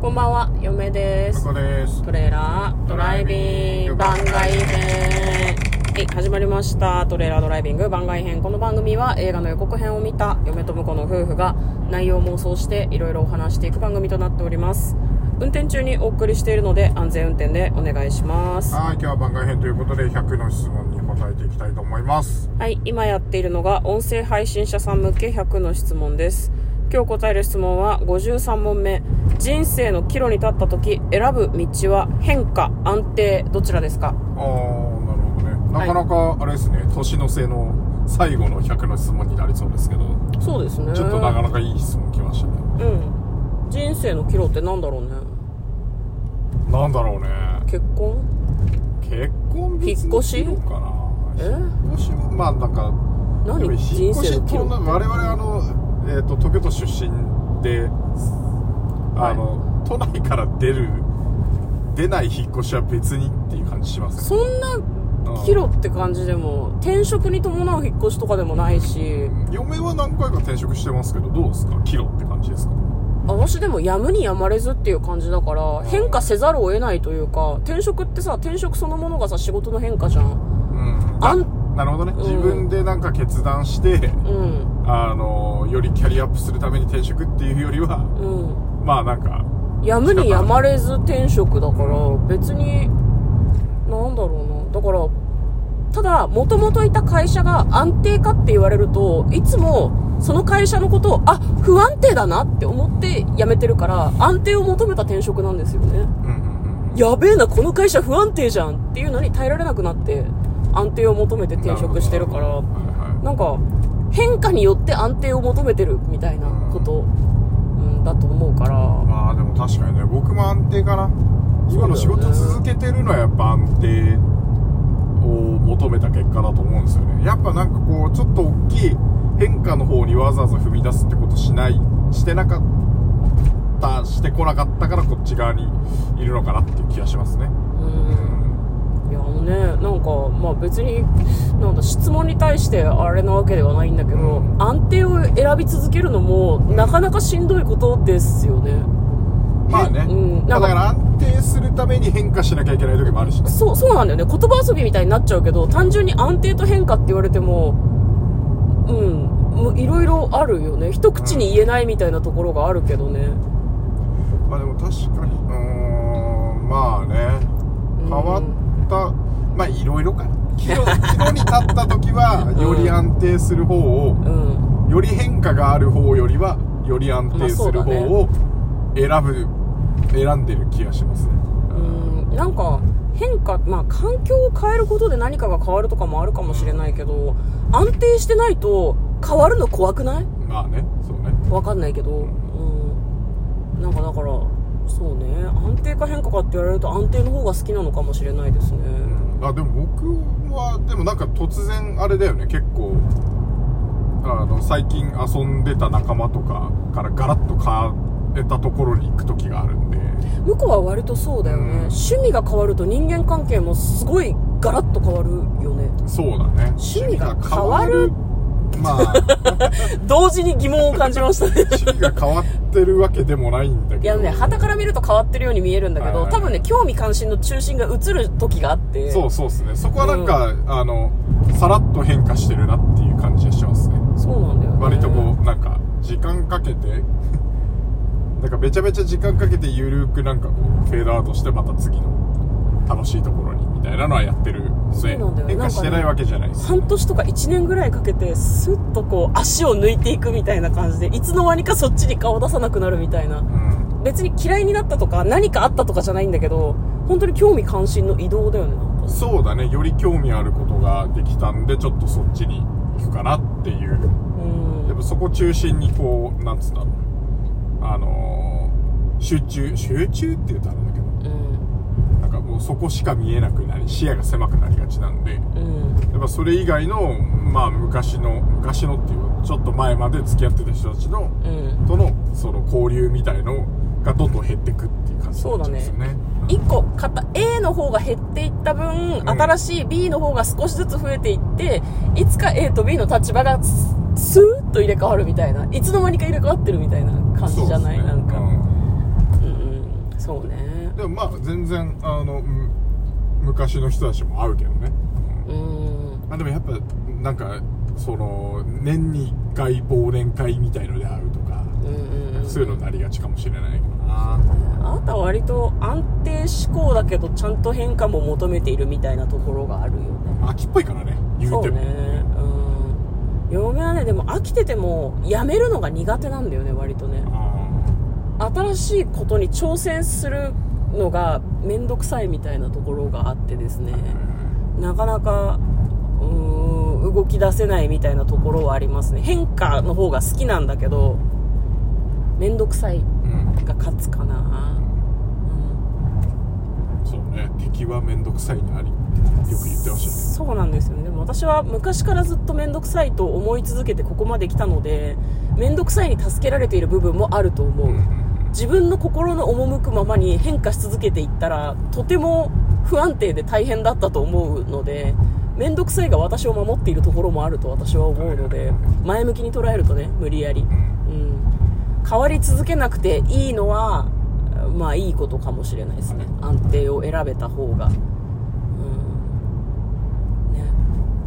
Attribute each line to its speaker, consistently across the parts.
Speaker 1: こんばんは、嫁です。
Speaker 2: ここです。
Speaker 1: トレーラードライビング番外編。はい、始まりました。トレーラードライビング番外編。この番組は映画の予告編を見た嫁と婿の夫婦が内容を妄想していろいろお話していく番組となっております。運転中にお送りしているので安全運転でお願いします。
Speaker 2: はい、今日は番外編ということで、100の質問に答えていきたいと思います。
Speaker 1: はい、今やっているのが音声配信者さん向け100の質問です。今日答える質問は53問目。人生の岐路に立った時、選ぶ道は変化、安定、どちらですか
Speaker 2: ああ、なるほどね。なかなか、あれですね、年の瀬の最後の100の質問になりそうですけど、
Speaker 1: そうですね。
Speaker 2: ちょっとなかなかいい質問来ましたね。
Speaker 1: うん。人生の岐路ってなんだろうね。
Speaker 2: なんだろうね。
Speaker 1: 結婚
Speaker 2: 結婚別
Speaker 1: 引っ越し
Speaker 2: のかな。
Speaker 1: え
Speaker 2: 引っ越しも、まあなんか、でも
Speaker 1: 何
Speaker 2: 引
Speaker 1: 人
Speaker 2: っ越
Speaker 1: 生
Speaker 2: し
Speaker 1: の岐
Speaker 2: と、
Speaker 1: 路
Speaker 2: 我
Speaker 1: って。
Speaker 2: 々あの、えっ、と、東京都出身で、
Speaker 1: はい
Speaker 2: あの、都内から出る、出ない引っ越しは別にっていう感じしますね。
Speaker 1: そんな岐路って感じでも、転職に伴う引っ越しとかでもないし、
Speaker 2: 嫁は何回か転職してますけどどうですかキロって感じですか
Speaker 1: あわしでもやむにやまれずっていう感じだから変化せざるを得ないというか転職ってさ転職そのものがさ仕事の変化じゃん
Speaker 2: うん
Speaker 1: あん
Speaker 2: なるほどね、
Speaker 1: ん
Speaker 2: 自分でなんか決断して
Speaker 1: うん
Speaker 2: あのよりキャリアアップするために転職っていうよりは
Speaker 1: うん
Speaker 2: まあなんか
Speaker 1: やむにやまれず転職だから別になんだろうなだからただ元々いた会社が安定かって言われるといつもその会社のことをあ不安定だなって思って辞めてるから安定を求めた転職なんですよね
Speaker 2: うんうん
Speaker 1: やべえなこの会社不安定じゃんっていうのに耐えられなくなって安定を求めて
Speaker 2: うん
Speaker 1: 転職してるか
Speaker 2: な
Speaker 1: ら
Speaker 2: ほどはいはい
Speaker 1: なんか変化によって安定を求めてるみたいなこと、うん、だと思うから
Speaker 2: まあでも確かにね僕も安定かな今の仕
Speaker 1: そうだ
Speaker 2: 事
Speaker 1: よね
Speaker 2: 続けてるのはやっぱ安定を求めた結果だと思うんですよねやっぱなんかこうちょっと大きい変化の方にわざわざ踏み出すってことしないしてなかったしてこなかったからこっち側にいるのかなっていう気がします
Speaker 1: う
Speaker 2: ね
Speaker 1: んいやあのねなんかまあ別になんだ質問に対してあれなわけではないんだけど、
Speaker 2: うん
Speaker 1: 安定を選び続けるのもなかなかしんどいことですよね
Speaker 2: まあね、
Speaker 1: うん
Speaker 2: ま
Speaker 1: な
Speaker 2: あ
Speaker 1: んか
Speaker 2: だから安定するために変化しなきゃいけない時もあるしね
Speaker 1: そう、そうなんだよね。言葉遊びみたいになっちゃうけど、単純に安定と変化って言われても、うん、もういろいろあるよね。一口に言えないみたいなところがあるけどね。
Speaker 2: まあでも確かにうーんまあね変わったまあいろいろか岐路岐路に立った時は
Speaker 1: うん
Speaker 2: より安定する方を
Speaker 1: うん。
Speaker 2: より変化がある方よりはより安定する方を選ぶ選んでる気がしますね
Speaker 1: うん。なんか、変化、まあ、環境を変えることで何かが変わるとかもあるかもしれないけど、安定してないと変わるの怖くない
Speaker 2: まあねそうね
Speaker 1: わかんないけど、うん。なんかだから、そうね。安定か変化かって言われると安定の方が好きなのかもしれないですね。
Speaker 2: あでも僕はでもなんか突然あれだよね結構あの最近遊んでた仲間とかからガラッと変えたところに行く時があるんで
Speaker 1: 向こうは割とそうだよね、
Speaker 2: うん
Speaker 1: 趣味が変わると人間関係もすごいガラッと変わるよね
Speaker 2: そうだね
Speaker 1: 趣味が変わる
Speaker 2: まあ
Speaker 1: 同時に疑問を感じましたね
Speaker 2: 趣味が変わってるわけでもないんだけど
Speaker 1: いやね旗から見ると変わってるように見えるんだけ
Speaker 2: はい
Speaker 1: ど
Speaker 2: はい
Speaker 1: 多分ね興味関心の中心が移る時があって
Speaker 2: そうそうですねそこはなんか、あのさらっと変化してるなっていう感じがしますね
Speaker 1: そうなんだよ、ね、
Speaker 2: 割とこうなんか時間かけてなんかめちゃめちゃ時間かけてゆるくなんかこうフェードアウトしてまた次の楽しいところにみたいなのはやってるので
Speaker 1: そうなんだよね
Speaker 2: 変化してないわけじゃないです、
Speaker 1: 半年とか1年ぐらいかけてスッとこう足を抜いていくみたいな感じでいつの間にかそっちに顔出さなくなるみたいな
Speaker 2: うん
Speaker 1: 別に嫌いになったとか何かあったとかじゃないんだけど本当に興味関心の移動だよねなんか
Speaker 2: そうだねより興味あることができたんでちょっとそっちに行くかなっていう
Speaker 1: うん
Speaker 2: でもそこ中心にこうなんつうんだろうあのー集中集中って言うとあれだけど
Speaker 1: うん
Speaker 2: なんかもうそこしか見えなくなり視野が狭くなりがちなんでや
Speaker 1: うん
Speaker 2: っぱそれ以外のまあ昔の昔のっていうかちょっと前まで付き合ってた人たちの
Speaker 1: うん
Speaker 2: とのその交流みたいのがどんどん減ってくっていう感じになっちゃうんですよね
Speaker 1: 1個買った A の方が減っていった分、
Speaker 2: ん
Speaker 1: 新しい B の方が少しずつ増えていっていつか A と B の立場がススーッと入れ替わるみたいないつの間にか入れ替わってるみたいな感じじゃない、
Speaker 2: そうですね
Speaker 1: なんか、
Speaker 2: うん
Speaker 1: うんうんそうね
Speaker 2: でもまあ全然あのむ昔の人たちも会うけどね、
Speaker 1: うん
Speaker 2: まあ、でもやっぱなんかその年に1回忘年会みたいので会うとか
Speaker 1: うんうんうん
Speaker 2: そういうのになりがちかもしれないけどな
Speaker 1: あなた割と安定志向だけどちゃんと変化も求めているみたいなところがあるよね
Speaker 2: 秋っぽいからね言
Speaker 1: そう
Speaker 2: て
Speaker 1: う
Speaker 2: も
Speaker 1: ねうん嫁はねでも飽きててもやめるのが苦手なんだよね割とね
Speaker 2: あ
Speaker 1: 新しいことに挑戦するのが面倒くさいみたいなところがあってですね、
Speaker 2: ーはいはいは
Speaker 1: なかなかうーん動き出せないみたいなところはありますね変化の方が好きなんだけど面倒くさい
Speaker 2: いうん
Speaker 1: が勝つかな、うん、
Speaker 2: そうね敵は面倒くさいにありってよく言ってましたね
Speaker 1: そうなんですよねでも私は昔からずっと面倒くさいと思い続けてここまで来たので面倒くさいに助けられている部分もあると思う、
Speaker 2: うん
Speaker 1: 自分の心の赴くままに変化し続けていったらとても不安定で大変だったと思うので面倒くさいが私を守っているところもあると私は思うので前向きに捉えるとね無理やり、
Speaker 2: うん
Speaker 1: うん、変わり続けなくていいのはまあいいことかもしれないですね安定を選べた方がうん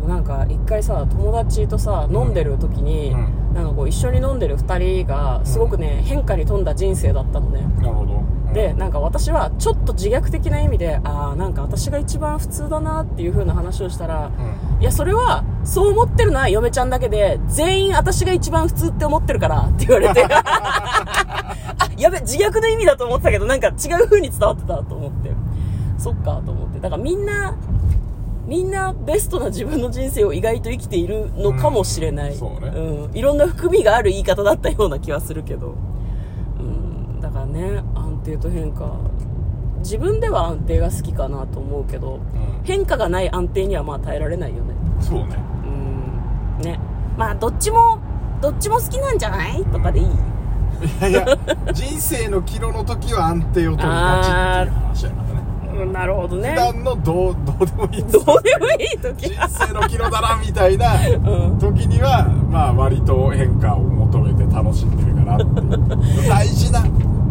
Speaker 1: ねなんか一回さ友達とさ飲んでる時に、
Speaker 2: うん
Speaker 1: なんかこう一緒に飲んでる2人がすごくね、変化に富んだ人生だったのね
Speaker 2: なるほどうん
Speaker 1: でなんか私はちょっと自虐的な意味でああんか私が一番普通だなっていう風な話をしたら
Speaker 2: うん
Speaker 1: いやそれはそう思ってるのは嫁ちゃんだけで全員私が一番普通って思ってるからって言われてあやべ自虐の意味だと思ってたけどなんか違う風に伝わってたと思ってそっかと思ってだからみんなみんなベストな自分の人生を意外と生きているのかもしれない、
Speaker 2: うんそうね
Speaker 1: うん、いろんな含みがある言い方だったような気はするけど、うん、だからね安定と変化自分では安定が好きかなと思うけど
Speaker 2: うん
Speaker 1: 変化がない安定にはまあ耐えられないよね
Speaker 2: そうね
Speaker 1: うんねまあどっちもどっちも好きなんじゃないとかでいい
Speaker 2: いやいや人生の岐路の時は安定を取りがちっていう話だからね
Speaker 1: うんなるほど
Speaker 2: 普
Speaker 1: ね
Speaker 2: 段のどうどうでもいい
Speaker 1: どうでもいい時
Speaker 2: 人生の岐路だなみたいな
Speaker 1: うん
Speaker 2: 時にはまあ割と変化を求めて楽しんでるかなっていう大事な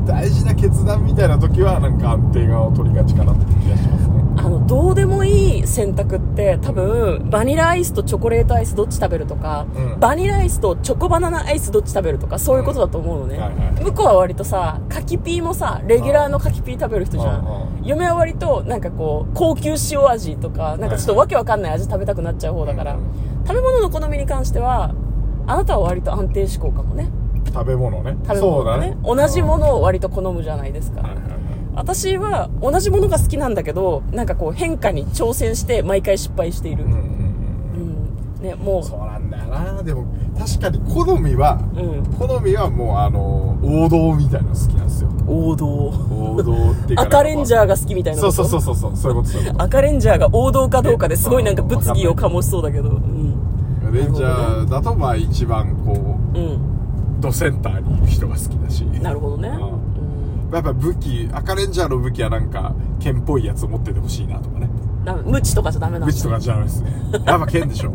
Speaker 2: 大事な決断みたいな時はなんか安定側を取りがちかなって気がしますね
Speaker 1: あのどうでもいい選択って多分バニラアイスとチョコレートアイスどっち食べるとか、
Speaker 2: うん
Speaker 1: バニラアイスとチョコバナナアイスどっち食べるとかそういうことだと思うのね、
Speaker 2: はいはい
Speaker 1: 向こうは割とさ柿ピーもさレギュラーの柿ピー食べる人じゃん、
Speaker 2: うんうん
Speaker 1: 嫁は割となんかこう高級塩味とかなんかちょっとわけわかんない味食べたくなっちゃう方だから、
Speaker 2: うん
Speaker 1: 食べ物の好みに関してはあなたは割と安定志向かもね
Speaker 2: 食べ物ね
Speaker 1: 食べ
Speaker 2: そう
Speaker 1: 物
Speaker 2: だ
Speaker 1: ね
Speaker 2: ね
Speaker 1: 同じものを割と好むじゃないですか、
Speaker 2: はいはいはい
Speaker 1: 私は同じものが好きなんだけどなんかこう変化に挑戦して毎回失敗している、う
Speaker 2: うんうんんうん
Speaker 1: ね、も
Speaker 2: そう
Speaker 1: う
Speaker 2: なんだよなでも確かに好みは
Speaker 1: うん
Speaker 2: 好みはもうあの王道みたいなの好きなんですよ
Speaker 1: 王道
Speaker 2: 王道っていうか
Speaker 1: 赤レンジャ
Speaker 2: ー
Speaker 1: ーが好きみたいな
Speaker 2: そうそう
Speaker 1: う
Speaker 2: そうそうそうそういうことそういうこ
Speaker 1: 赤レンジャーが王道かどうかですごいなんか物議を醸しそうだけどうん
Speaker 2: とレンジャーだとまあ一番こう
Speaker 1: うん
Speaker 2: ドセンターにいる人が好きだし
Speaker 1: なるほどね
Speaker 2: うん
Speaker 1: うん
Speaker 2: やっぱ武器赤レンジャーの武器はなんか剣っぽいやつ持っててほしいなとかね
Speaker 1: ダメ無知とかじゃダメなん
Speaker 2: 武器と
Speaker 1: だ
Speaker 2: かじゃない ですねやっぱ剣でしょ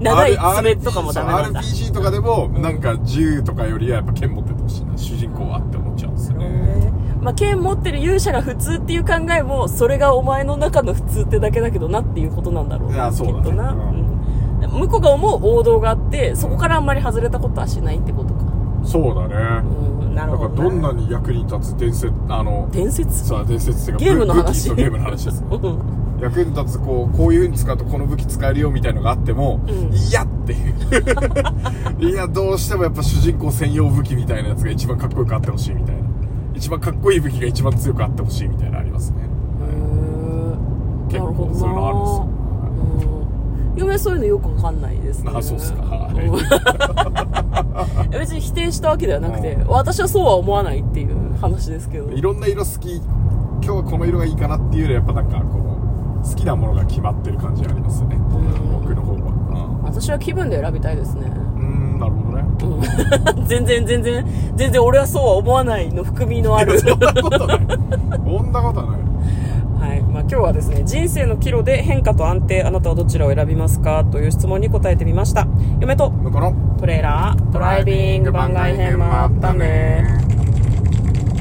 Speaker 1: 長い
Speaker 2: R-
Speaker 1: 爪とかもダメなんだ
Speaker 2: R- RPG とかでもなんか銃とかよりはやっぱ剣持っててほしいな主人公はって思っちゃうんですよね
Speaker 1: まあ、剣持ってる勇者が普通っていう考えもそれがお前の中の普通ってだけだけどなっていうことなんだろう
Speaker 2: いや
Speaker 1: な
Speaker 2: そうだね
Speaker 1: きっとな、
Speaker 2: う
Speaker 1: うん向こうが思う王道があってそこからあんまり外れたことはしないってことか
Speaker 2: そうだね
Speaker 1: うんな
Speaker 2: だ
Speaker 1: る
Speaker 2: か
Speaker 1: ほ
Speaker 2: ら
Speaker 1: ど、ね、
Speaker 2: どんなに役に立つ伝説あの
Speaker 1: 伝説
Speaker 2: さあ伝説っていうか
Speaker 1: ゲームの
Speaker 2: 武器
Speaker 1: 話
Speaker 2: とゲームの話で す
Speaker 1: うん
Speaker 2: 役に立つこうこういう風に使うとこの武器使えるよみたいのがあっても、
Speaker 1: うん
Speaker 2: いやっていう いやどうしてもやっぱ主人公専用武器みたいなやつが一番かっこよくあってほしいみたいな一番かっこいい武器が一番強くあってほしいみたいなのありますね
Speaker 1: うんな
Speaker 2: 結
Speaker 1: るほど
Speaker 2: 構
Speaker 1: な
Speaker 2: そういうのあるんですよ
Speaker 1: うん嫁はそういうのよくわかんないですね
Speaker 2: あそうっすかは
Speaker 1: う
Speaker 2: い
Speaker 1: ん 別に否定したわけではなくて
Speaker 2: うん
Speaker 1: 私はそうは思わないっていう話ですけど
Speaker 2: いろんな色好き今日はこの色がいいかなっていうよりやっぱなんかこう好きなものが決まってる感じがありますよね、
Speaker 1: ん
Speaker 2: 僕の方は
Speaker 1: 私は気分で選びたいですね
Speaker 2: うんうーんなるほどね
Speaker 1: 全然全然全然俺はそうは思わないの含みの ある
Speaker 2: そんなことないそんなことはない
Speaker 1: はいまあ、今日はですね人生の岐路で変化と安定あなたはどちらを選びますかという質問に答えてみました嫁と
Speaker 2: 向こうの
Speaker 1: トレーラードライビング番外編もあったね